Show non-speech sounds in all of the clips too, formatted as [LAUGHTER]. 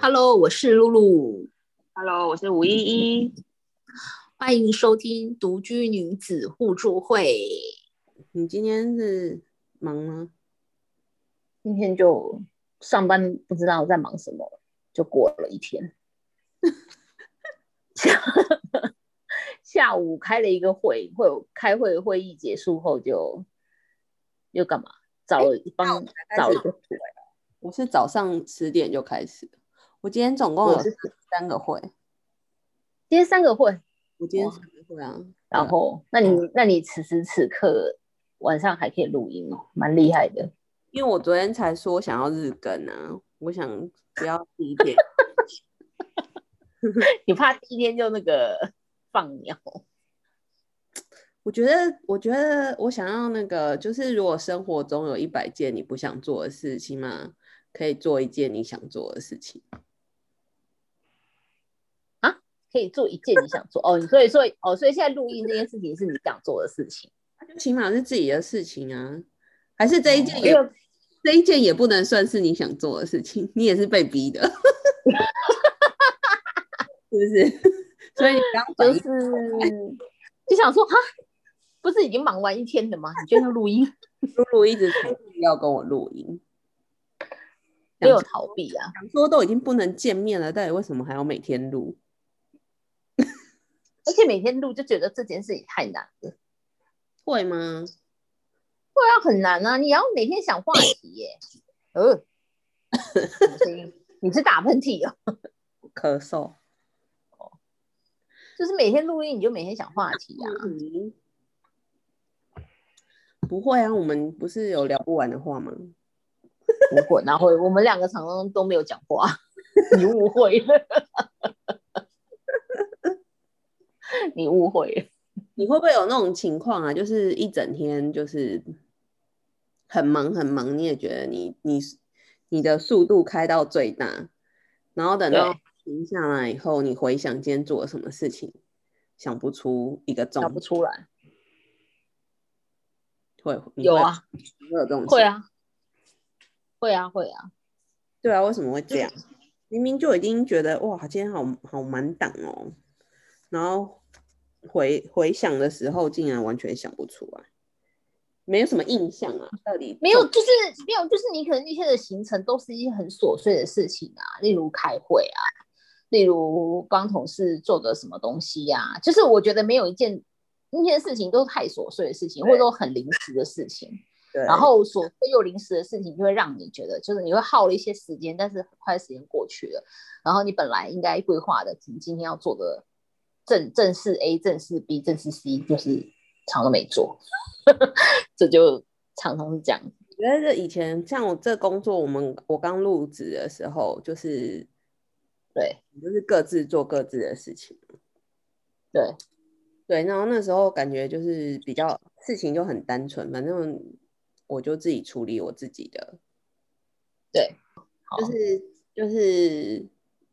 Hello，我是露露， Hello，我是吴依依。欢迎收听独居女子互助会。你今天是忙吗？今天就上班，不知道在忙什么，就过了 [LAUGHS] 一天。下午开了一个会，会开会会议结束后就又干嘛？找哎了一帮找了一个图，我是早上十点就开始的我今天总共有我是三个会，今天三个会，我今天三个会啊，然嗯后那你那你此时此刻晚上还可以录音哦，蛮厉害的。因为我昨天才说想要日更啊，我想不要十一点，你怕第一天就那个 [LAUGHS] 放鸟？我觉得，我觉得我想要那个，就是如果生活中有一百件你不想做的事，起码可以做一件你想做的事情。可以做一件你想做哦，所以所以哦，所以现在录音这件事情是你想做的事情，起码是自己的事情啊，还是这一件也、因为这一件也不能算是你想做的事情，你也是被逼的，是不是？ [LAUGHS] 所以你刚就刚是就想说哈，不是已经忙完一天了吗？你就要录 [LAUGHS] 音，露露一直说要跟我录音，没有逃避啊，想说都已经不能见面了，到底为什么还要每天录？而且每天录就觉得这件事情太难了，会吗？不然很难啊，你要每天想话题耶、 [LAUGHS] 呃，什么声音？你是打喷嚏哦，咳嗽。就是每天录音你就每天想话题啊，嗯，不会啊，我们不是有聊不完的话吗？不会，然后我们两个常常都没有讲话，你误会了，你误会了。你会不会有那种情况啊？就是一整天就是很忙很忙，你也觉得你你你的速度开到最大，然后等到对停下来以后，你回想今天做了什么事情，想不出一个重找不点，出来。会你有会啊，会有这种会情啊，会啊，会啊。对啊，为什么会这样？明明就已经觉得哇，今天好好满档哦，然后回回想的时候，竟然完全想不出来，没有什么印象啊，到底没有，重就是没有，就是你可能一天的行程都是一些很琐碎的事情啊，例如开会啊，例如帮同事做个什么东西呀、啊，就是我觉得没有一件那些事情都是太琐碎的事情，或者说很临时的事情，对然后琐碎又临时的事情就会让你觉得，就是你会耗了一些时间，但是很快时间过去了，然后你本来应该规划的，你今天要做的正正式 A、正式 B、正式 C，就是常都没做， [LAUGHS] 这就常常是这样。我觉得以前像我这工作，我们我刚入职的时候，就是对就是各自做各自的事情，对，对，然后那时候感觉就是比较事情就很单纯，反正我就自己处理我自己的，对，好就是就是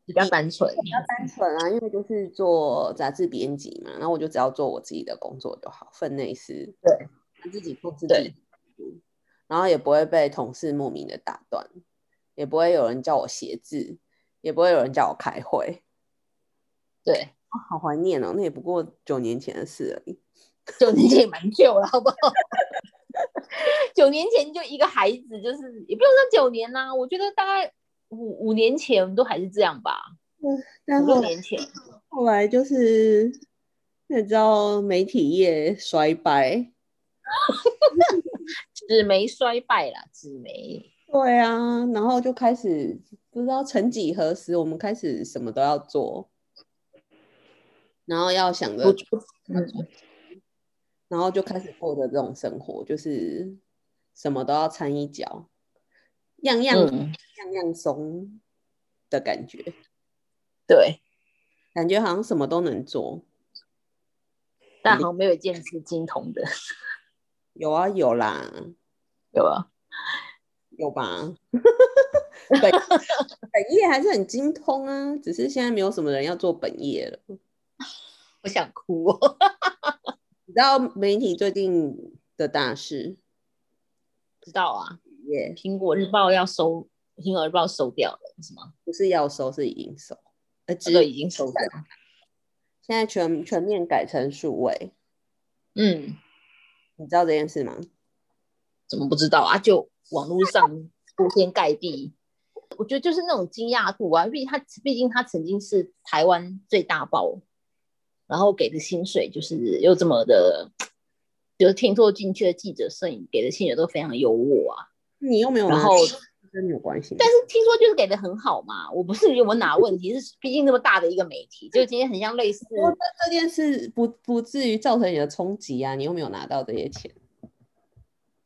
比较单纯。单纯啊，因为就是做杂志编辑嘛，然后我就只要做我自己的工作就好，分内事，对，自己做自己对的事，然后也不会被同事莫名的打断，也不会有人叫我写字，也不会有人叫我开会，对，哦、好怀念哦，那也不过九年前的事而已。九年前也蛮久了，好不 [LAUGHS] 好？九年前就一个孩子，就是也不用说九年啦、我觉得大概五五年前都还是这样吧，但五六后年前。后来就是，你知道媒体业衰败，纸媒衰败啦，纸媒对啊，然后就开始不知道曾几何时，我们开始什么都要做，然后要想着不，呃嗯，然后就开始过着这种生活，就是什么都要掺一脚，样样、嗯样样松的感觉，对，感觉好像什么都能做。但好像没有一件是精通的，有啊，有啦，对吧？有吧？本本业还是很精通啊，只是现在没有什么人要做本业了。我想哭哦， [LAUGHS] 你知道媒体最近的大事知道啊，耶苹果日报要收，苹果日报收掉了是吗？不是要收，是应收，呃，只都已经收收掉。现在全全面改成数位，嗯，你知道这件事吗？怎么不知道啊？就网络上铺天盖地，我觉得就是那种惊讶度啊，毕竟他毕竟他曾经是台湾最大报，然后给的薪水就是又这么的，就是听说进去的记者、摄影给的薪水都非常优渥啊。你又没有拿，然后跟你有关系吗？但是听说就是给的很好嘛，我不是有没有哪问题，是毕竟那么大的一个媒体，就今天很像类似，我觉得这件事不不至于造成你的冲击啊，你又没有拿到这些钱，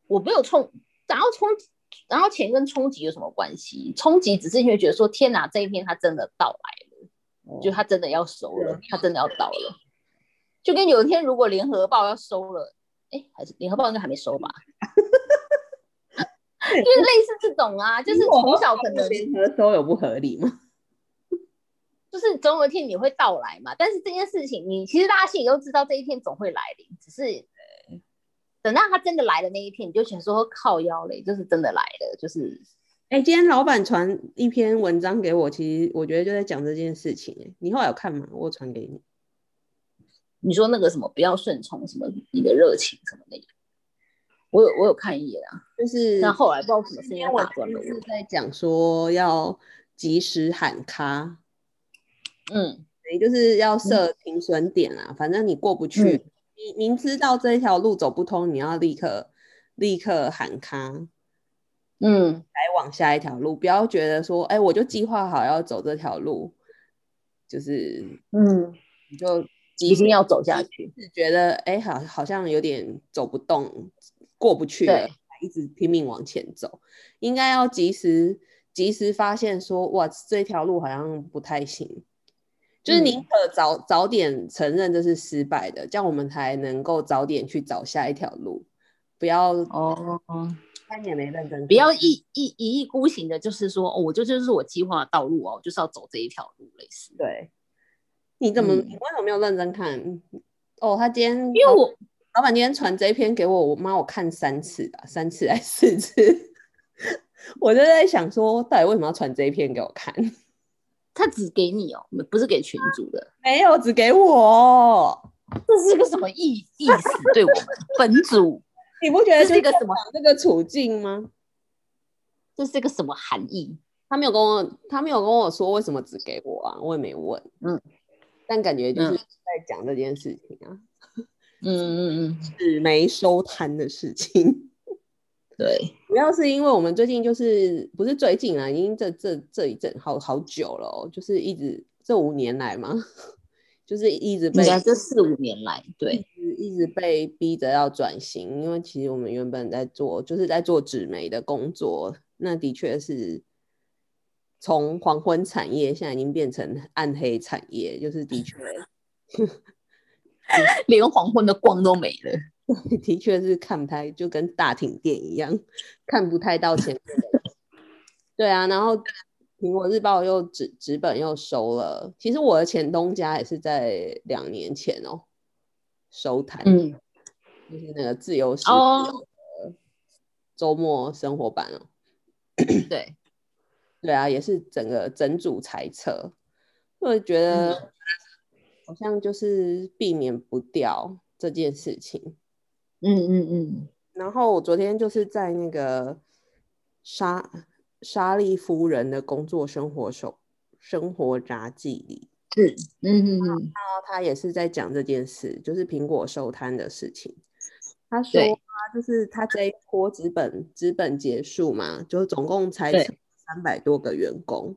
我没有冲，然后冲，然后钱跟冲击有什么关系？冲击只是因为觉得说，天哪，这一天他真的到来了，就他真的要收了，他真的要到了。就跟有一天如果联合报要收了，哎，还是联合报应该还没收吧？ [LAUGHS] 就是类似这种啊，就是从小可能联合收有不合理吗？就是总有一天你会到来嘛。但是这件事情，你其实大家心里都知道这一天总会来临，只是呃等到他真的来的那一天，你就想说靠腰嘞，就是真的来了，就是 [LAUGHS] 哎、今天老板传一篇文章给我，其实我觉得就在讲这件事情、哎，你后来有看吗？我有传给你。你说那个什么不要顺从什么你的热情什么那个，我有我有看一眼啊。就是那后来不知道什么事情我打断了是我。在讲说要及时喊卡，嗯也就是要设停损点啊，反正你过不去，嗯你明知道这条路走不通，你要立刻立刻喊卡，来嗯，往下一条路，不要觉得说，哎、我就计划好要走这条路，就是嗯，你就一定要走下去。是觉得，哎、好，好像有点走不动，过不去了对，一直拼命往前走，应该要及时及时发现说，哇，这条路好像不太行，就是宁嗯可早、早点承认这是失败的，这样我们才能够早点去找下一条路，不要哦，三年没认真，不要一一一意孤行的，就是说，哦，我就就是我计划的道路哦，我就是要走这一条路，类似。对，你怎么、嗯你为什么没有认真看？哦，他今天因为老我老板今天传这一篇给我，我妈我看三次吧，三次还是四次， [LAUGHS] 我就在想说，到底为什么要传这一篇给我看？ [LAUGHS] 他只给你哦，不是给群主的，没有，只给我。这是个什么意意思？对我们本 [LAUGHS] 组，你不觉得这就是一个什么？这个处境吗？这是个什么含义？他没有跟我，他没有跟我说为什么只给我啊，我也没问。嗯，但感觉就嗯是在讲这件事情啊，嗯嗯嗯，纸没收摊的事情。对，主要是因为我们最近就是不是最近啊，已经这这这一阵好好久了、哦，就是一直这五年来嘛， [LAUGHS] 就是一直被应该这四五年来，对，一直被逼着要转型，因为其实我们原本在做就是在做纸媒的工作，那的确是从黄昏产业现在已经变成暗黑产业，就是的确连黄昏的光都没了。的确是看不太，就跟大停电一样，看不太到前面的人。对啊，然后《苹果日报》又纸纸本又收了。其实我的前东家也是在两年前哦，收摊，嗯，就是那个自由时哦周末生活版哦。对，对啊，也是整个整组裁撤，我觉嗯得好像就是避免不掉这件事情。嗯嗯嗯，然后我昨天就是在那个莎莎莉夫人的工作生活手生活杂记里，是，嗯嗯嗯，然后她也是在讲这件事，就是苹果收摊的事情。她说对啊，就是她这一波资本资本结束嘛，就是总共裁对三百多个员工，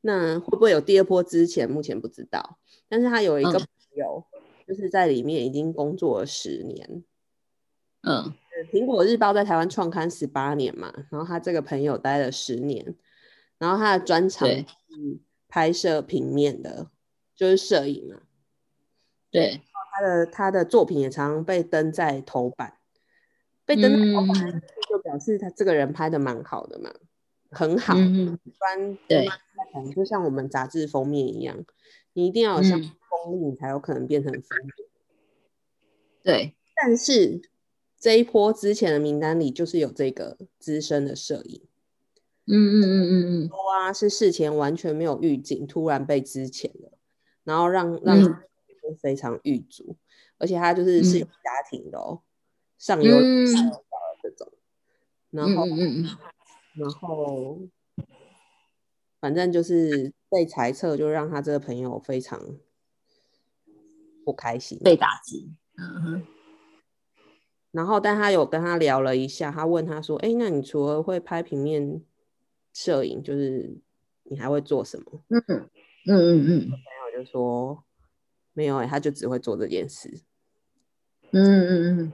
那会不会有第二波？之前目前不知道，但是她有一个嗯朋友，就是在里面已经工作了十年，嗯苹果日报在台湾创刊十八年嘛，然后他这个朋友待了十年，然后他的专长对是拍摄平面的，就是摄影嘛。对，他的他的作品也常常被登在头版，被登在头版嗯就表示他这个人拍的蛮好的嘛，很好，嗯嗯，专对，专就像我们杂志封面一样，你一定要有像嗯功力，你才有可能变成封面。对，但是这一波之前的名单里就是有这个资深的摄影。嗯嗯嗯嗯嗯，啊，是事前完全没有预警，突然被支遣了，然后让让嗯非常狱卒，而且他就是是有家庭的哦，上有嗯下有小的这种，然后嗯嗯嗯嗯然后反正就是被裁撤，就让他这个朋友非常不开心。被打击。嗯哼，然后，但他有跟他聊了一下，他问他说：“哎，那你除了会拍平面摄影，就是你还会做什么？”嗯嗯嗯嗯然后我就说：“没有、欸，他就只会做这件事。嗯嗯嗯，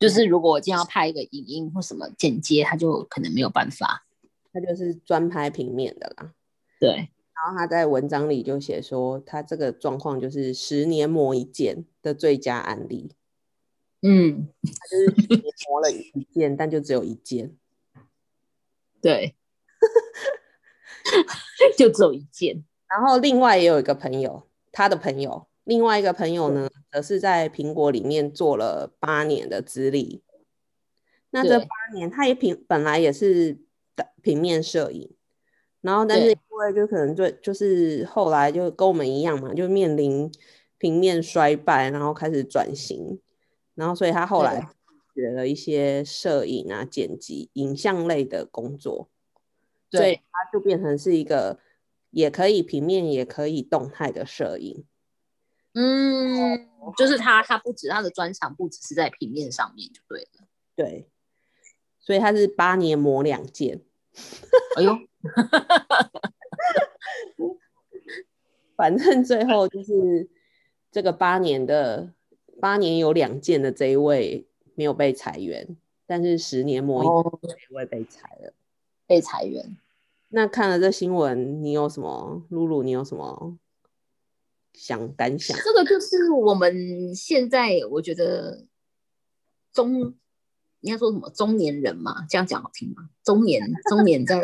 就是如果我今天要拍一个影音或什么剪接，他就可能没有办法。他就是专拍平面的啦。”对，然后他在文章里就写说，他这个状况就是十年磨一剑的最佳案例。嗯，他就是十年磨了一剑，但就只有一剑。对， [LAUGHS] 就只有一件。然后另外也有一个朋友，他的朋友，另外一个朋友呢，则是在苹果里面做了八年的资历。那这对八年，他也平本来也是的平面摄影，然后但是对因为就可能就就是后来就跟我们一样嘛，就面临平面衰败，然后开始转型，然后所以他后来学了一些摄影啊、剪辑、影像类的工作。所以对它就变成是一个也可以平面也可以动态的摄影。嗯，就是他，他不止他的专长不只是在平面上面就对了。对，所以它是八年磨两剑，哎呦，反正最后就是这个八年的八年有两件的这一位没有被裁员，但是十年磨一哦，剑这一位被裁了。被裁员。那看了这新闻，你有什么？露露，你有什么想感想？这个就是我们现在我觉得中，应该说什么中年人嘛，这样讲好听吗？中年中年在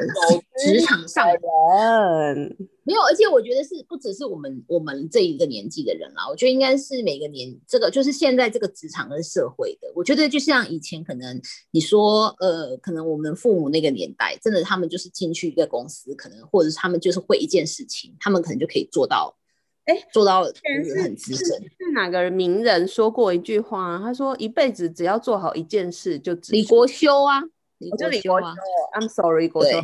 职场上人没有，而且我觉得是不只是我们我们这一个年纪的人啦，我觉得应该是每个年这个就是现在这个职场跟社会的，我觉得就像以前可能你说呃，可能我们父母那个年代，真的他们就是进去一个公司，可能或者是他们就是会一件事情，他们可能就可以做到，哎做到前就是是很资是深。是哪个名人说过一句话、啊他说一辈子只要做好一件事就只李是国修啊，李我哦就国李修国啊修，，I'm sorry，国修对，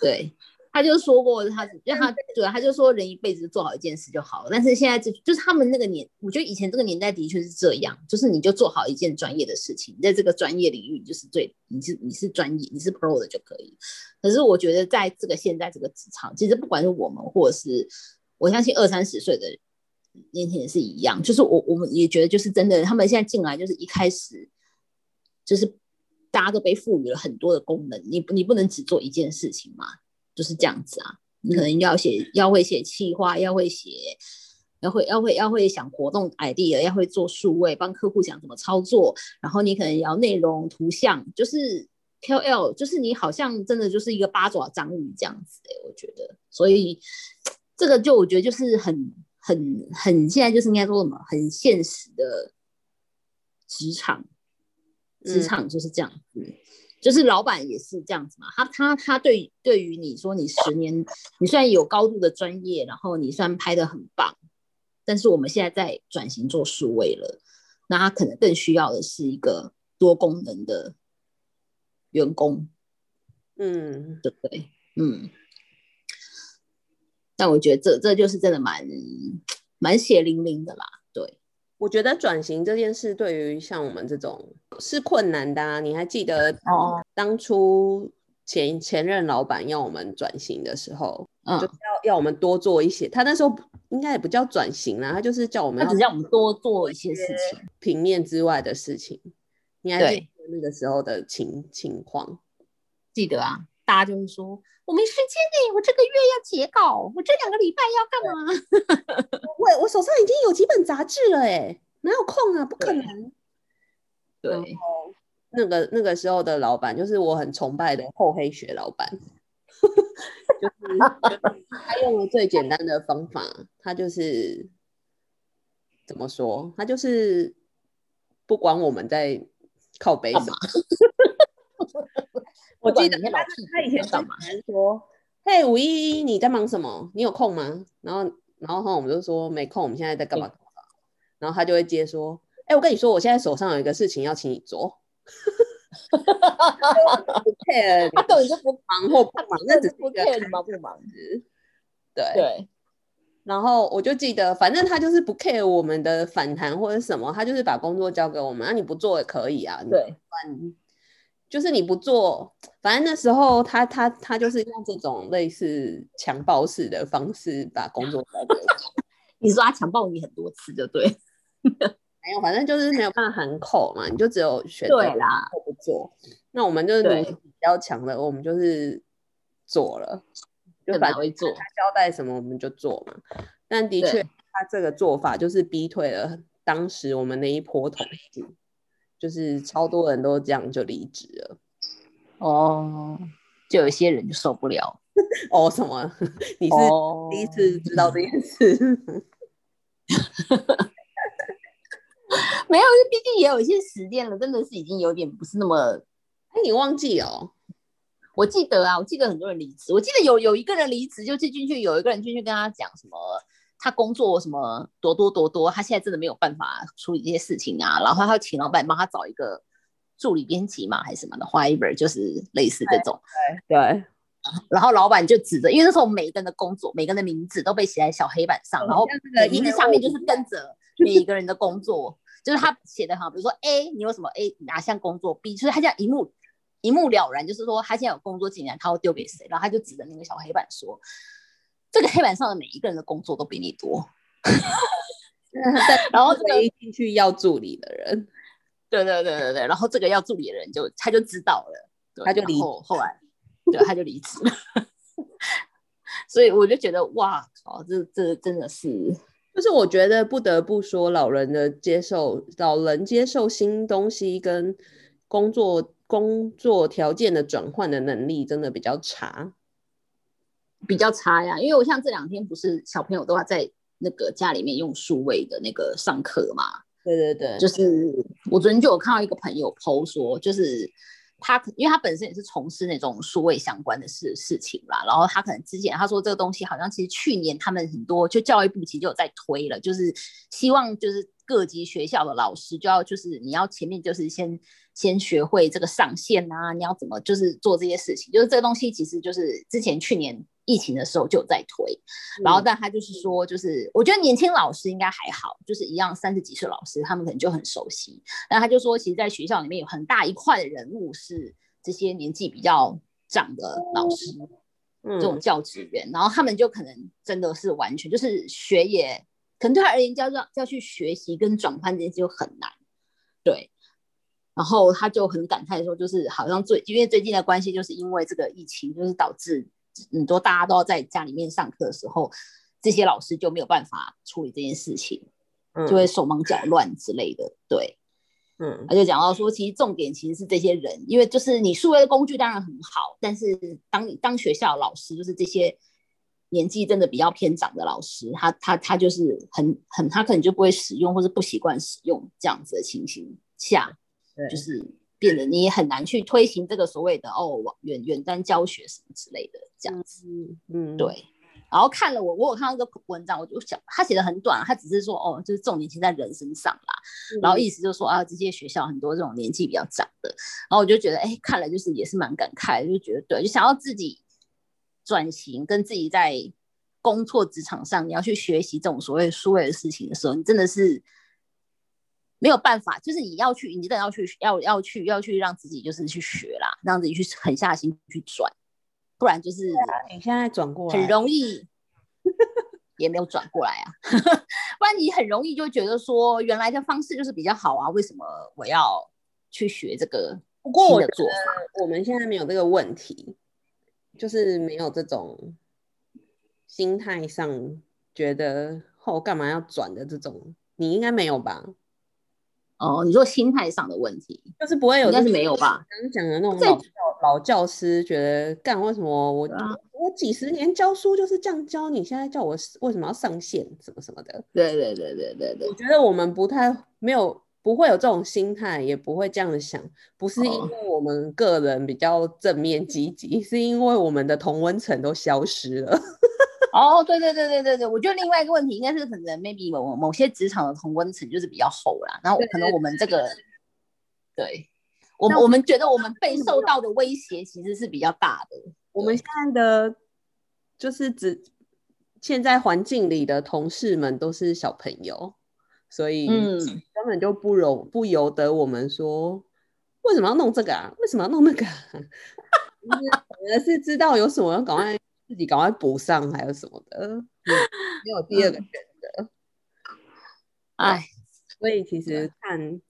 对，他就说过他，让他对，啊他就说人一辈子做好一件事就好了。但是现在这就是他们那个年，我觉得以前这个年代的确是这样，就是你就做好一件专业的事情，在这个专业领域你就是最，你是你是专业，你是 pro 的就可以。可是我觉得在这个现在这个职场，其实不管是我们或者是我相信二三十岁的年轻人是一样，就是我我们也觉得就是真的，他们现在进来就是一开始就是大家都被赋予了很多的功能，你不你不能只做一件事情嘛，就是这样子啊。你可能要写，要会写企划，要会写，要会要会要会想活动 idea，要会做数位，帮客户讲怎么操作，然后你可能也要内容、图像，就是 KOL，就是你好像真的就是一个八爪章鱼这样子、欸、我觉得，所以这个就我觉得就是很很很现在就是应该说什么很现实的职场，职嗯场就是这样子。就是老板也是这样子嘛，他他他对对于你说你十年，你虽然有高度的专业，然后你虽然拍的很棒，但是我们现在在转型做数位了，那他可能更需要的是一个多功能的员工，嗯，对不对？嗯，但我觉得这这就是真的蛮蛮血淋淋的啦，对，我觉得转型这件事对于像我们这种是困难的、啊。你还记得哦，当初前前任老板要我们转型的时候，就嗯是，要要我们多做一些。他那时候不应该也不叫转型啦，他就是叫我们那要只是让我们多做一些事情，平面之外的事情。你还记对得那个时候的情情况？记得啊。大家就会说我没时间哎、我这个月要截稿，我这两个礼拜要干嘛？我我手上已经有几本杂志了哎，哪有空啊？不可能。 [LAUGHS] 对，那个那个时候的老板就是我很崇拜的厚黑学老板， [LAUGHS] 就是他用了最简单的方法，他就是怎么说？他就是不管我们在靠背什么，我记得不管你那老屁股他以前要干嘛？就是说：“嘿，五一一，你在忙什么？你有空吗？”然后，然后我们就说没空，我们现在在干嘛？然后他就会接说：“哎、我跟你说，我现在手上有一个事情要请你做。” [LAUGHS] 不 care 你他根本就不忙或不忙，那只是不一 care 你个忙不忙？对。对，然后我就记得，反正他就是不 care 我们的反弹或者什么，他就是把工作交给我们，那、你不做也可以啊。你对，就是你不做，反正那时候他他他就是用这种类似强暴式的方式把工作交给我，你说他强暴你很多次，就对。没有，反正就是没有办法喊口嘛，你就只有选择对啦或不做。那我们就是努对力比较强的，我们就是做了，就本来反正会做他交代什么我们就做嘛。但的对确，他这个做法就是逼退了当时我们那一波同事，就是超多人都这样就离职了。哦，就有些人就受不了。哦，什么？ [LAUGHS] 你是哦第一次知道这件事？ [LAUGHS] 没有，因为毕竟也有一些实践了，真的是已经有点不是那么。哎，你忘记哦？我记得啊，我记得很多人离职，我记得有有一个人离职，就是进去有一个人进去跟他讲什么，他工作什么多多多多，他现在真的没有办法处理这些事情啊，然后他要请老板帮他找一个助理编辑嘛，还是什么的，whatever，就是类似这种。 [LAUGHS] 对，然后老板就指着，因为那时候每一个人的工作，每个人的名字都被写在小黑板上，哦然后像那个名字业务上面就是跟着 [LAUGHS] 每一个人的工作，就是他写的哈，比如说 A 你有什么 A 哪项工作，B 就是他这样一目一目了然，就是说他现在有工作进来，他会丢给谁，然后他就指着那个小黑板说，这个黑板上的每一个人的工作都比你多，然后这个唯一进去要助理的人，对对对对对，然后这个要助理的人就他就知道了，对他就离然后后 [LAUGHS] 来对他就离职了， [LAUGHS] 所以我就觉得哇靠，这这真的是就是我觉得不得不说，老人的接受，老人接受新东西跟工作工作条件的转换的能力真的比较差。比较差呀，因为我像这两天不是小朋友都要在那个家里面用数位的那个上课嘛，对对对就就是我昨天就有看到一个朋友 PO 说，就是他可，因为他本身也是从事那种数位相关的事事情啦，然后他可能之前他说这个东西好像其实去年他们很多就教育部其实就有在推了，就是希望就是各级学校的老师就要就是你要前面就是先先学会这个上线啊，你要怎么就是做这些事情，就是这个东西其实就是之前去年疫情的时候就有在推，然后，但他就是说，就是我觉得年轻老师应该还好，就是一样三十几岁老师，他们可能就很熟悉。但他就说，其实，在学校里面有很大一块的人物是这些年纪比较长的老师，这嗯种教职员，然后他们就可能真的是完全就是学也，可能对他而言，要要要去学习跟转换这件事就很难，对。然后他就很感慨说，就是好像最因为最近的关系，就是因为这个疫情，就是导致很多大家都要在家里面上课的时候，这些老师就没有办法处理这件事情，嗯就会手忙脚乱之类的，对。嗯他就讲到说，其实重点其实是这些人，因为就是你数位的工具当然很好，但是当你当学校老师，就是这些年纪真的比较偏长的老师，他他他就是很很他可能就不会使用或是不习惯使用这样子的情形下对，就是变得你也很难去推行这个所谓的哦网远远端教学什么之类的这样子。嗯嗯，对，然后看了我，我有看到一个文章，我就想他写的很短，他只是说哦，就是重点其实在人身上啦，嗯然后意思就是说啊，这些学校很多这种年纪比较长的，然后我就觉得哎，看了就是也是蛮感慨的，就觉得对，就想要自己转型，跟自己在工作职场上你要去学习这种所谓数位的事情的时候，你真的是。没有办法，就是你要去，你真的要去，要要去，要去让自己就是去学啦，让自己去狠下心去转，不然就是你现在转过来，很容易，也没有转过来啊， [LAUGHS] 不然你很容易就觉得说原来的方式就是比较好啊，为什么我要去学这个不过新我的觉做法？得我们现在没有这个问题，就是没有这种心态上觉得哦干嘛要转的这种，你应该没有吧？哦，你说心态上的问题，就是不会有应这该种，是没有吧刚刚讲的那种在老教老教师觉得干为什么我、对啊我几十年教书就是这样教，你现在叫我为什么要上线什么什么的？对对对对对对我觉得我们不太没有不会有这种心态，也不会这样想，不是因哦为我们个人比较正面积极，是因为我们的同温层都消失了。 [LAUGHS] 哦，对对对对对对，我觉得另外一个问题应该是可能 maybe 某某些职场的同温层就是比较厚啦，然后可能我们这个，对我们我们觉得我们被受到的威胁其实是比较大的，我们现在的就是只现在环境里的同事们都是小朋友，所以嗯根本就不由不由得我们说，为什么要弄这个啊？为什么要弄那个、啊？ [LAUGHS] 就是反而是知道有什么要赶快自己赶快补上，还有什么的，嗯没有第二嗯个选择。哎，所以其实看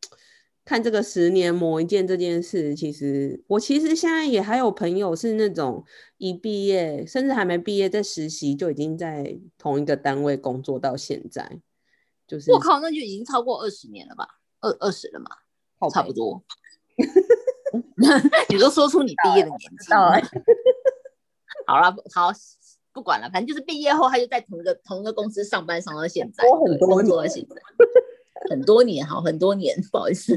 看这个十年磨一剑这件事，其实我其实现在也还有朋友是那种一毕业，甚至还没毕业在实习就已经在同一个单位工作到现在，就是我靠，那就已经超过二十年了吧，二二十了嘛，靠差北不 [LAUGHS] 多。你就说出你毕业的年纪。到了好了，好，不管了，反正就是毕业后他就在同一个同一个公司上班，上到现在，多很对多工年作到现在，很多年，好，很多年，不好意思。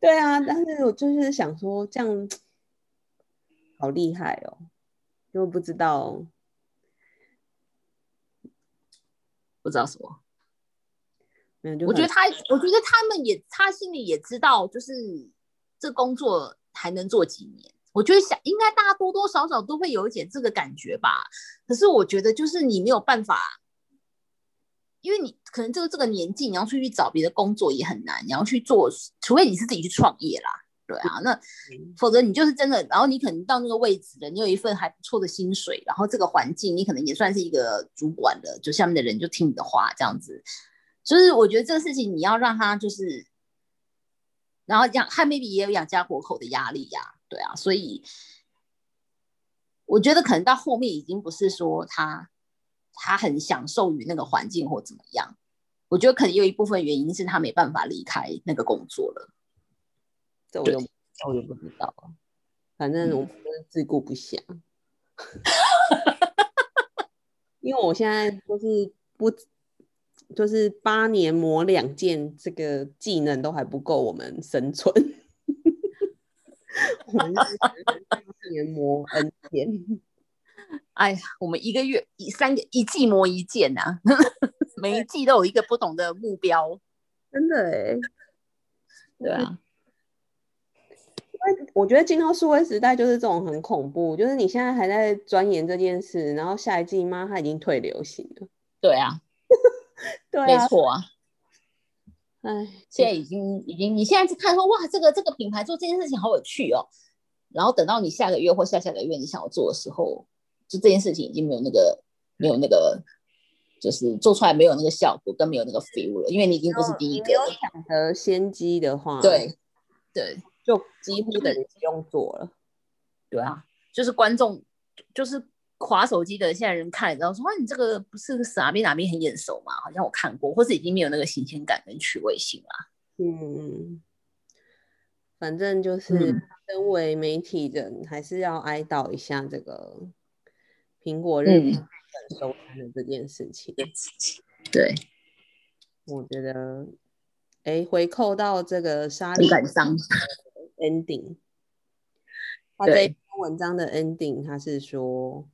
对啊，但是我就是想说这样好厉害哦，因为不知道不知道什么，没有就我觉得很他，我觉得他们也，他心里也知道，就是这工作还能做几年。我觉得想，应该大家多多少少都会有一点这个感觉吧。可是我觉得，就是你没有办法，因为你可能这个这个年纪，你要出去找别的工作也很难，你要去做，除非你是自己去创业啦，对啊，那否则你就是真的，然后你可能到那个位置了，你有一份还不错的薪水，然后这个环境你可能也算是一个主管了，就下面的人就听你的话这样子，就是我觉得这个事情你要让他就是，然后养汉 maybe 也有养家活口的压力呀、对啊，所以我觉得可能到后面已经不是说他他很享受于那个环境或怎么样，我觉得可能有一部分原因是他没办法离开那个工作了，这我对就这我就不知道了，反正我就是自顾不暇， [LAUGHS] 因为我现在就是不就是八年磨两剑，这个技能都还不够我们生存。 [LAUGHS] 我们是八年磨 N 天，哎呀，我们一个月一三个一季磨一剑呐、 [LAUGHS] 每一季都有一个不同的目标，真的哎、对啊，我觉得进到数位时代就是这种很恐怖，就是你现在还在钻研这件事，然后下一季妈它已经退流行了。对啊，对没啊，错啊。哎，现在已经已经，你现在是看说哇，这个这个品牌做这件事情好有趣哦。然后等到你下个月或下下个月你想要做的时候，就这件事情已经没有那个没有那个，就是做出来没有那个效果跟没有那个 feel 了，因为哦你已经不是第一个没有了。抢得先机的话，对，对，就几乎等于不用做了。对啊，就是观众就是划手机的现在人看，然后说哇，你这个不是哪边哪边很眼熟吗？好像我看过，或是已经没有那个新鲜感跟趣味性了。嗯，反正就是嗯身为媒体人，还是要哀悼一下这个苹果日嗯本收摊的这件事情。对，我觉得，哎，回扣到这个沙很莉感伤。 ending，他这对一篇文章的 ending，他是说，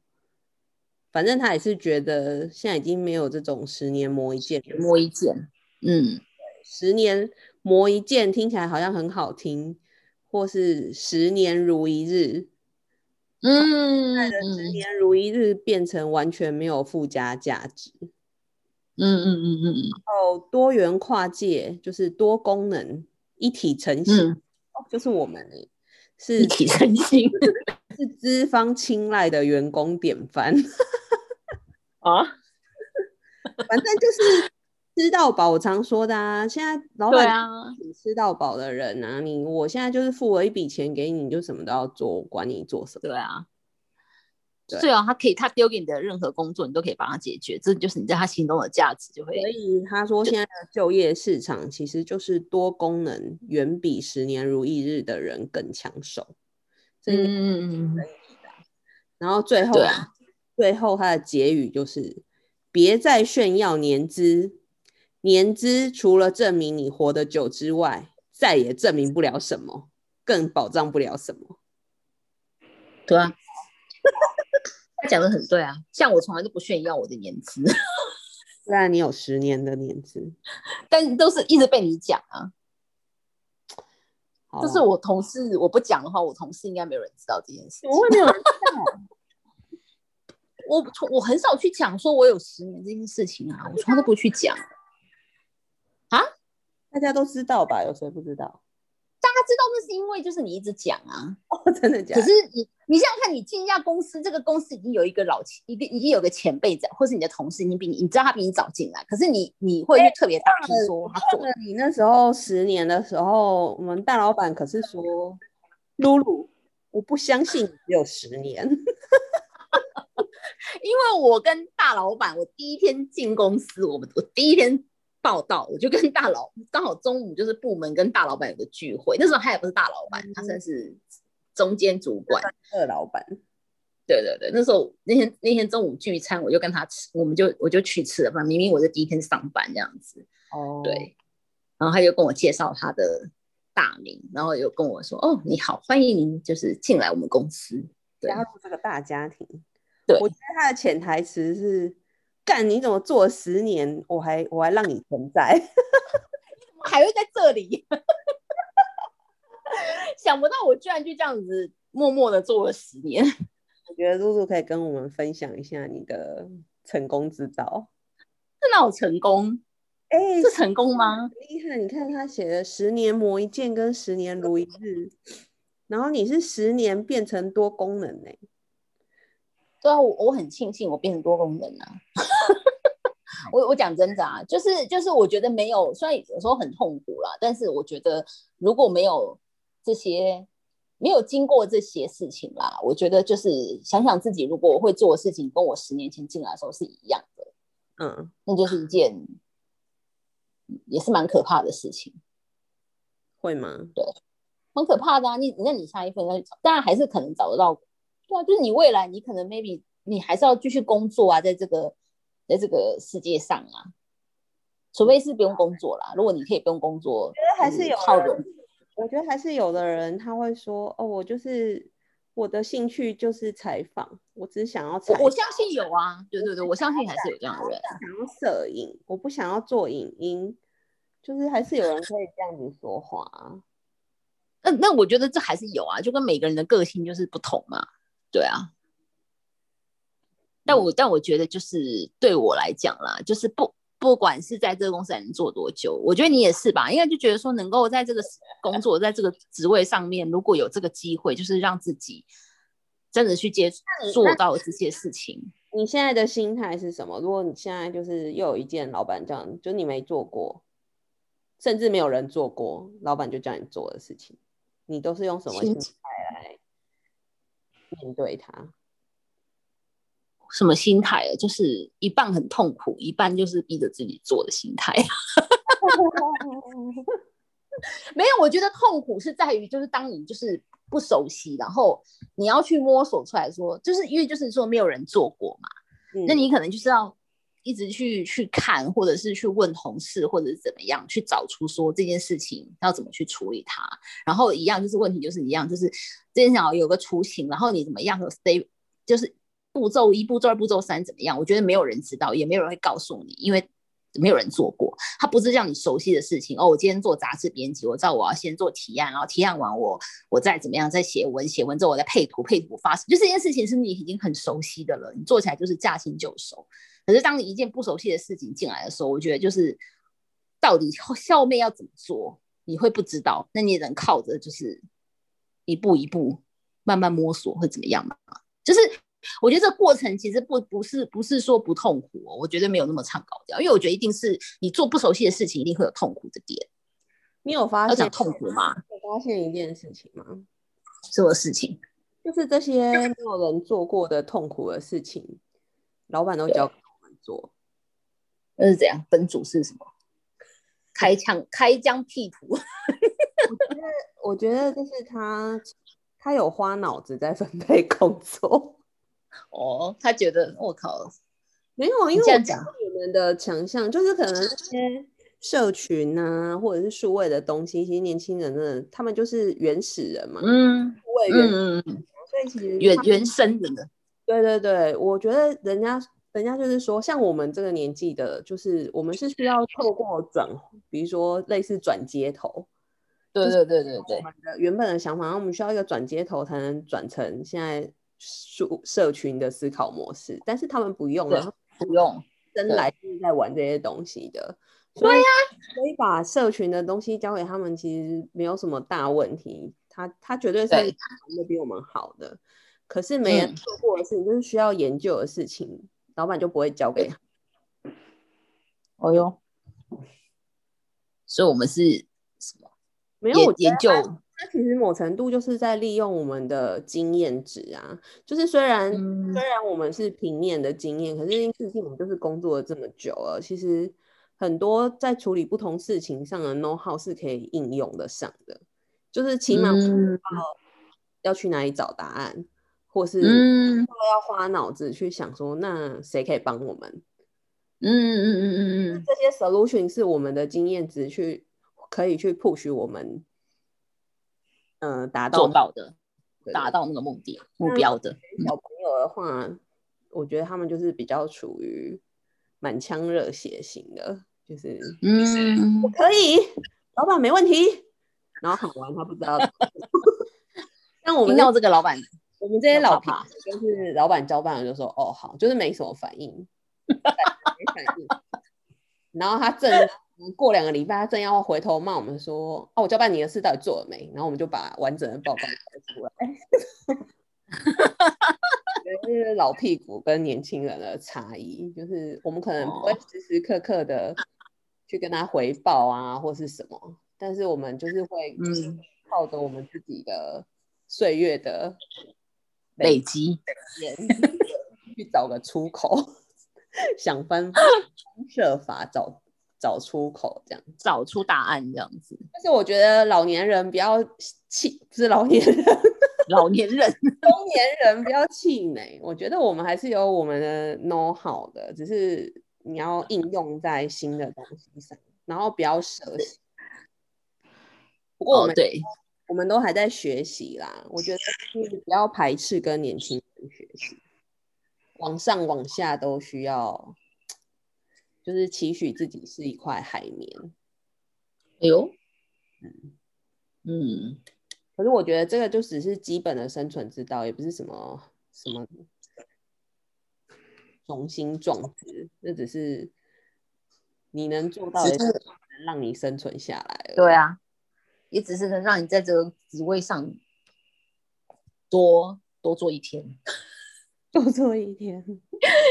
反正他也是觉得现在已经没有这种十年磨一剑的摸一件，嗯，十年磨一剑听起来好像很好听，或是十年如一日。嗯现在的十年如一日变成完全没有附加价值。嗯嗯嗯嗯哦，多元跨界就是多功能一体成型，嗯，哦就是我们欸一是体成型 [LAUGHS] 是资方青睐的员工典范。 [LAUGHS] 啊，反正就是吃到饱，我常说的啊。现在老对板啊，你吃到饱的人啊，你我现在就是付了一笔钱给你，你就什么都要做，我管你做什么。对啊，对最好他可以，他丢给你的任何工作，你都可以帮他解决，这就是你在他心中的价值，就会所以他说，现在的就业市场其实就是多功能，远比十年如一日的人更抢手。这应该嗯嗯嗯，然后最后对啊，最后他的结语就是：别再炫耀年资，年资除了证明你活得久之外，再也证明不了什么，更保障不了什么。对啊， [LAUGHS] 他讲的很对啊。像我从来都不炫耀我的年资，虽然你有十年的年资，但都是一直被你讲啊。好这啦是我同事，我不讲的话，我同事应该没有人知道这件事怎。么会没有人知道？我我很少去讲说我有十年这件事情啊，我从来都不去讲。 [LAUGHS] 大家都知道吧？有谁不知道？ [LAUGHS] 大家知道那是因为就是你一直讲啊，哦，真的假可的？是你你想想看，你进一家公司，这个公司已经有一个老前，一个已经有个前辈在，或是你的同事已经比你，你知道他比你早进来，可是你你会去特别打听说他做的那你那时候十年的时候，我们大老板可是说，露露，我不相信你只有十年。 [LAUGHS] 因为我跟大老板，我第一天进公司，我们我第一天报道，我就跟大老刚好中午就是部门跟大老板有个聚会，那时候他也不是大老板，他算是中间主管。二老板，对对对，那时候那天那天中午聚餐，我就跟他吃，我们就我就去吃了饭。明明我是第一天上班这样子，哦，对，然后他就跟我介绍他的大名，然后又跟我说：“哦，你好，欢迎您，就是进来我们公司。对加入这个大家庭。对我觉得他的潜台词是：干，你怎么做了十年，我还我还让你存在？ [LAUGHS] 我还会在这里？ [LAUGHS] 想不到我居然就这样子默默的做了十年。我觉得露露可以跟我们分享一下你的成功之道。这哪有成功？哎、这成功吗？厉害！你看他写的“十年磨一剑”跟“十年如一日”，然后你是十年变成多功能呢、对啊，我我很庆幸我变成多功能啊。 [LAUGHS] 我我讲真的啊，就是就是，我觉得没有，虽然有时候很痛苦啦，但是我觉得如果没有这些，没有经过这些事情啦，我觉得就是想想自己，如果我会做的事情跟我十年前进来的时候是一样的，嗯，那就是一件也是蛮可怕的事情，会吗？蛮可怕的啊。你那你下一份要去找，当然还是可能找得到，对啊，就是你未来你可能 maybe 你还是要继续工作啊，在这个在这个世界上啊，除非是不用工作啦。如果你可以不用工作，觉得还是有靠人着，我觉得还是有的人他会说：“哦，我就是我的兴趣就是采访，我只想要采我我访，相信有啊，对对对，我相信还是有这样的人。想要摄影，我不想要做影音。”就是还是有人可以这样子说话啊。那那我觉得这还是有啊，就跟每个人的个性就是不同嘛，对啊。但我但我觉得就是对我来讲啦，就是不不管是在这个公司还能做多久，我觉得你也是吧，应该就觉得说能够在这个工作在这个职位上面，如果有这个机会，就是让自己真的去接做到这些事情。你现在的心态是什么？如果你现在就是又有一件老板这样，就你没做过，甚至没有人做过，老板就叫你做的事情，你都是用什么心心态来面对它？什么心态啊？就是一半很痛苦，一半就是逼着自己做的心态。没有，我觉得痛苦是在于，就是当你就是不熟悉，然后你要去摸索出来说，就是因为就是说没有人做过嘛，那嗯你可能就是要一直去去看，或者是去问同事，或者是怎么样，去找出说这件事情要怎么去处理它。然后一样就是问题就是一样，就是之前想有个雏形，然后你怎么样有 stay，就是步骤一、步骤二、步骤三怎么样？我觉得没有人知道，也没有人会告诉你，因为。没有人做过，它不是像你熟悉的事情哦。我今天做杂志编辑，我知道我要先做提案，然后提案完我我再怎么样再写文，写文之后我再配图，配图发，就这件事情是你已经很熟悉的了，你做起来就是驾轻就熟。可是当你一件不熟悉的事情进来的时候，我觉得就是到底后后面要怎么做，你会不知道，那你也能靠着就是一步一步慢慢摸索会怎么样嘛？就是我觉得这个过程其实不不是不是说不痛苦、哦，我觉得没有那么唱高调，因为我觉得一定是你做不熟悉的事情，一定会有痛苦的点。你有发要现讲痛苦吗？有发现一件事情吗？什么事情？就是这些没有人做过的痛苦的事情，老板都交给我们做。那是怎样？分组是什么？开枪开疆辟土， [LAUGHS] 我觉得就是他，他有花脑子在分配工作。 [LAUGHS] 哦，他觉得我靠，没有，因为这我样讲觉得我们的强项，就是可能这些社群啊，或者是数位的东西，其实年轻人真的他们就是原始人嘛，数嗯位原始人，嗯嗯，所以其实原他原生人的，对对对，我觉得人家人家就是说，像我们这个年纪的，就是我们是需要透过转，比如说类似转接头，对对对对我对，们的原本的想法，然后我们需要一个转接头才能转成现在数社群的思考模式，但是他们不用对了，他们不用，生对来就是在玩这些东西的。所以，所以把社群的东西交给他们，其实没有什么大问题。他他绝对是对玩的比我们好的，可是没人嗯做过的事情，就是需要研究的事情，老板就不会交给他。哦哟，所以我们是什么没有，我研觉得研究？他其实某程度就是在利用我们的经验值啊。就是虽然、嗯虽然我们是平面的经验，可是因为毕竟我们就是工作了这么久了，其实很多在处理不同事情上的 know how 是可以应用得上的。就是起码我嗯知道要去哪里找答案，或是嗯要花脑子去想说，那谁可以帮我们？嗯嗯嗯嗯这些 solution 是我们的经验值去可以去 push 我们，嗯、达嗯，做到到的，对达到那个目的目那标的，小朋友的话，我觉得他们就是比较处于满腔热血型的，就是嗯，可以，老板没问题，然后很玩他不知道。像我听们这到这个老板我们这些有老怕怕，就是老板交办了就说哦好，就是没什么反应，没反应。然后他正过两个礼拜，他正要回头骂我们说哦，我交办你的事到底做了没？然后我们就把完整的报告交出来。就是老屁股跟年轻人的差异，就是我们可能不会哦时时刻刻的去跟他回报啊，或是什么，但是我们就是会嗯靠着我们自己的岁月的累积，人去找个出口， [LAUGHS] 想办法设法找找出口，这样。 [LAUGHS] 找出答案这样子，但是我觉得老年人不要气，不是老年人， [LAUGHS] 老年 [LAUGHS] 人，中年人不要气馁。我觉得我们还是有我们的 know how 的，只是你要应用在新的东西上，然后不要舍弃。不过我哦们、对，我们都还在学习啦，我觉得就是不要排斥跟年轻人学习，往上往下都需要，就是期许自己是一块海绵。哎呦，嗯，可是我觉得这个就只是基本的生存之道，也不是什么什么雄心壮志，那只是你能做到的，只能让你生存下来 [LAUGHS] 而已。对啊，也只是能让你在这个职位上多多做一天，多做一天。 [LAUGHS]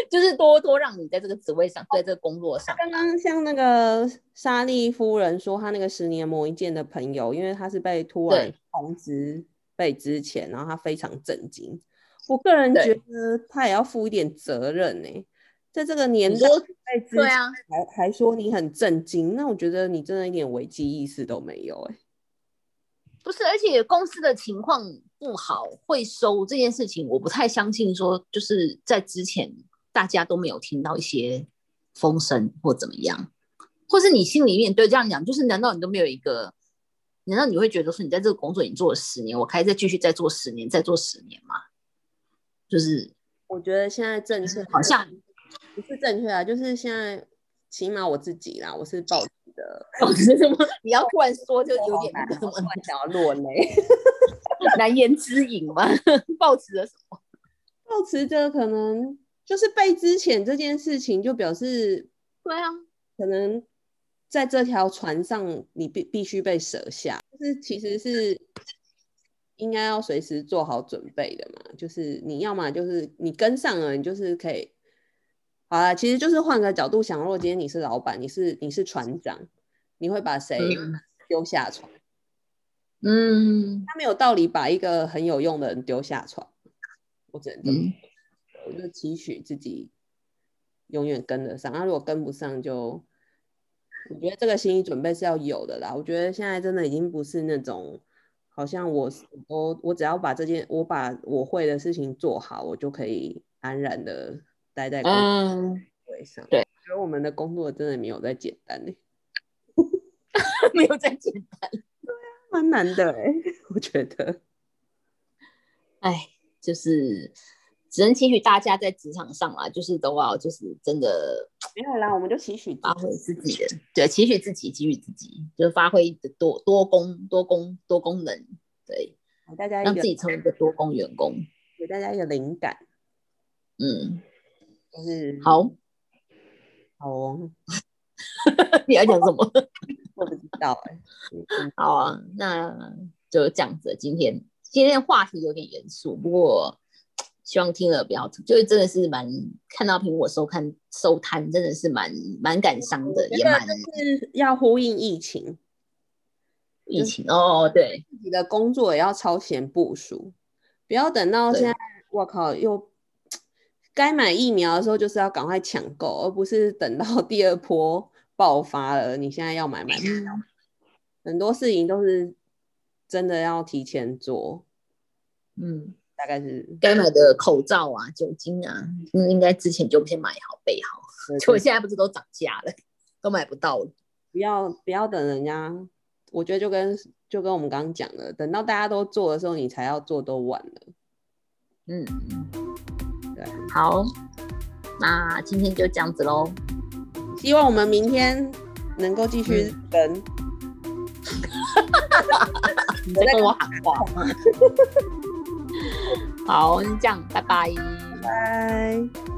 就是多多让你在这个职位上，在这个工作上，刚刚像那个莎莉夫人说，她那个十年磨一剑的朋友，因为他是被突然对通知被之前，然后他非常震惊。我个人对觉得他也要负一点责任呢、在这个年你代说被之对前啊，还还说你很震惊，那我觉得你真的一点危机意识都没有哎、不是，而且公司的情况不好会收这件事情，我不太相信说就是在之前大家都没有听到一些风声或怎么样，或是你心里面对这样讲，就是难道你都没有一个？难道你会觉得说你在这个工作已经做了十年，我还再继续再做十年，再做十年吗？就是我觉得现在正确好像不是正确啊，就是现在起码我自己啦，我是抱持的哦，只是什么？你要突然说就有点那个什 [LAUGHS] 我突么然想要落泪。难言之隐吗？ [LAUGHS] 抱持了什么？抱持着可能就是被之前这件事情，就表示对啊，可能在这条船上你必必须被舍下，就是其实是应该要随时做好准备的嘛。就是你要么就是你跟上了，你就是可以。好啦，其实就是换个角度想，如果今天你是老板，你是你是船长，你会把谁嗯丢下船？嗯他没有道理把一个很有用的人丢下船，我只能这么嗯，我就期许自己永远跟得上。那、如果跟不上就，我觉得这个心理准备是要有的啦。我觉得现在真的已经不是那种，好像我我我只要把这件我把我会的事情做好，我就可以安然的待在工作嗯位上。对，觉得我们的工作真的没有在简单欸呢、 [LAUGHS] 没有再简单。 [LAUGHS] 蛮难的哎、 [LAUGHS] 我觉得。哎，就是只能期许大家在职场上啦，就是都要就是真的没有啦，我们就期许发挥自己的，对，期许自己，期许自己，就是发挥的多多功多功多功能，对，大家一让自个己成为一个多功员工。给大家一个灵感，嗯，就是好， [LAUGHS] 好哦，你要讲什么？我不知道 [LAUGHS] 哎、嗯嗯好啊，那就这样子。今天今天的话题有点严肃，不过希望听了不要，就是真的是蛮看到苹果收看收摊，真的是蛮蛮感伤的，也蛮就是要呼应疫情，疫情哦，对，自己的工作也要超前部署，不要等到对现在，我靠，又该买疫苗的时候就是要赶快抢购，而不是等到 [LAUGHS] 第二波爆发了，你现在要买买 [LAUGHS] 买买。很多事情都是真的要提前做，嗯，大概是该买的口罩啊、酒精啊，嗯应该之前就先买好备好。就我现在不是都涨价了， [LAUGHS] 都买不到了。不要不要等人家，我觉得就跟就跟我们刚刚讲的，等到大家都做的时候，你才要做，都晚了。嗯，对，好，那今天就这样子喽。希望我们明天能够继续跟你在跟我喊话吗？ [LAUGHS] 好，那这样，拜拜。拜。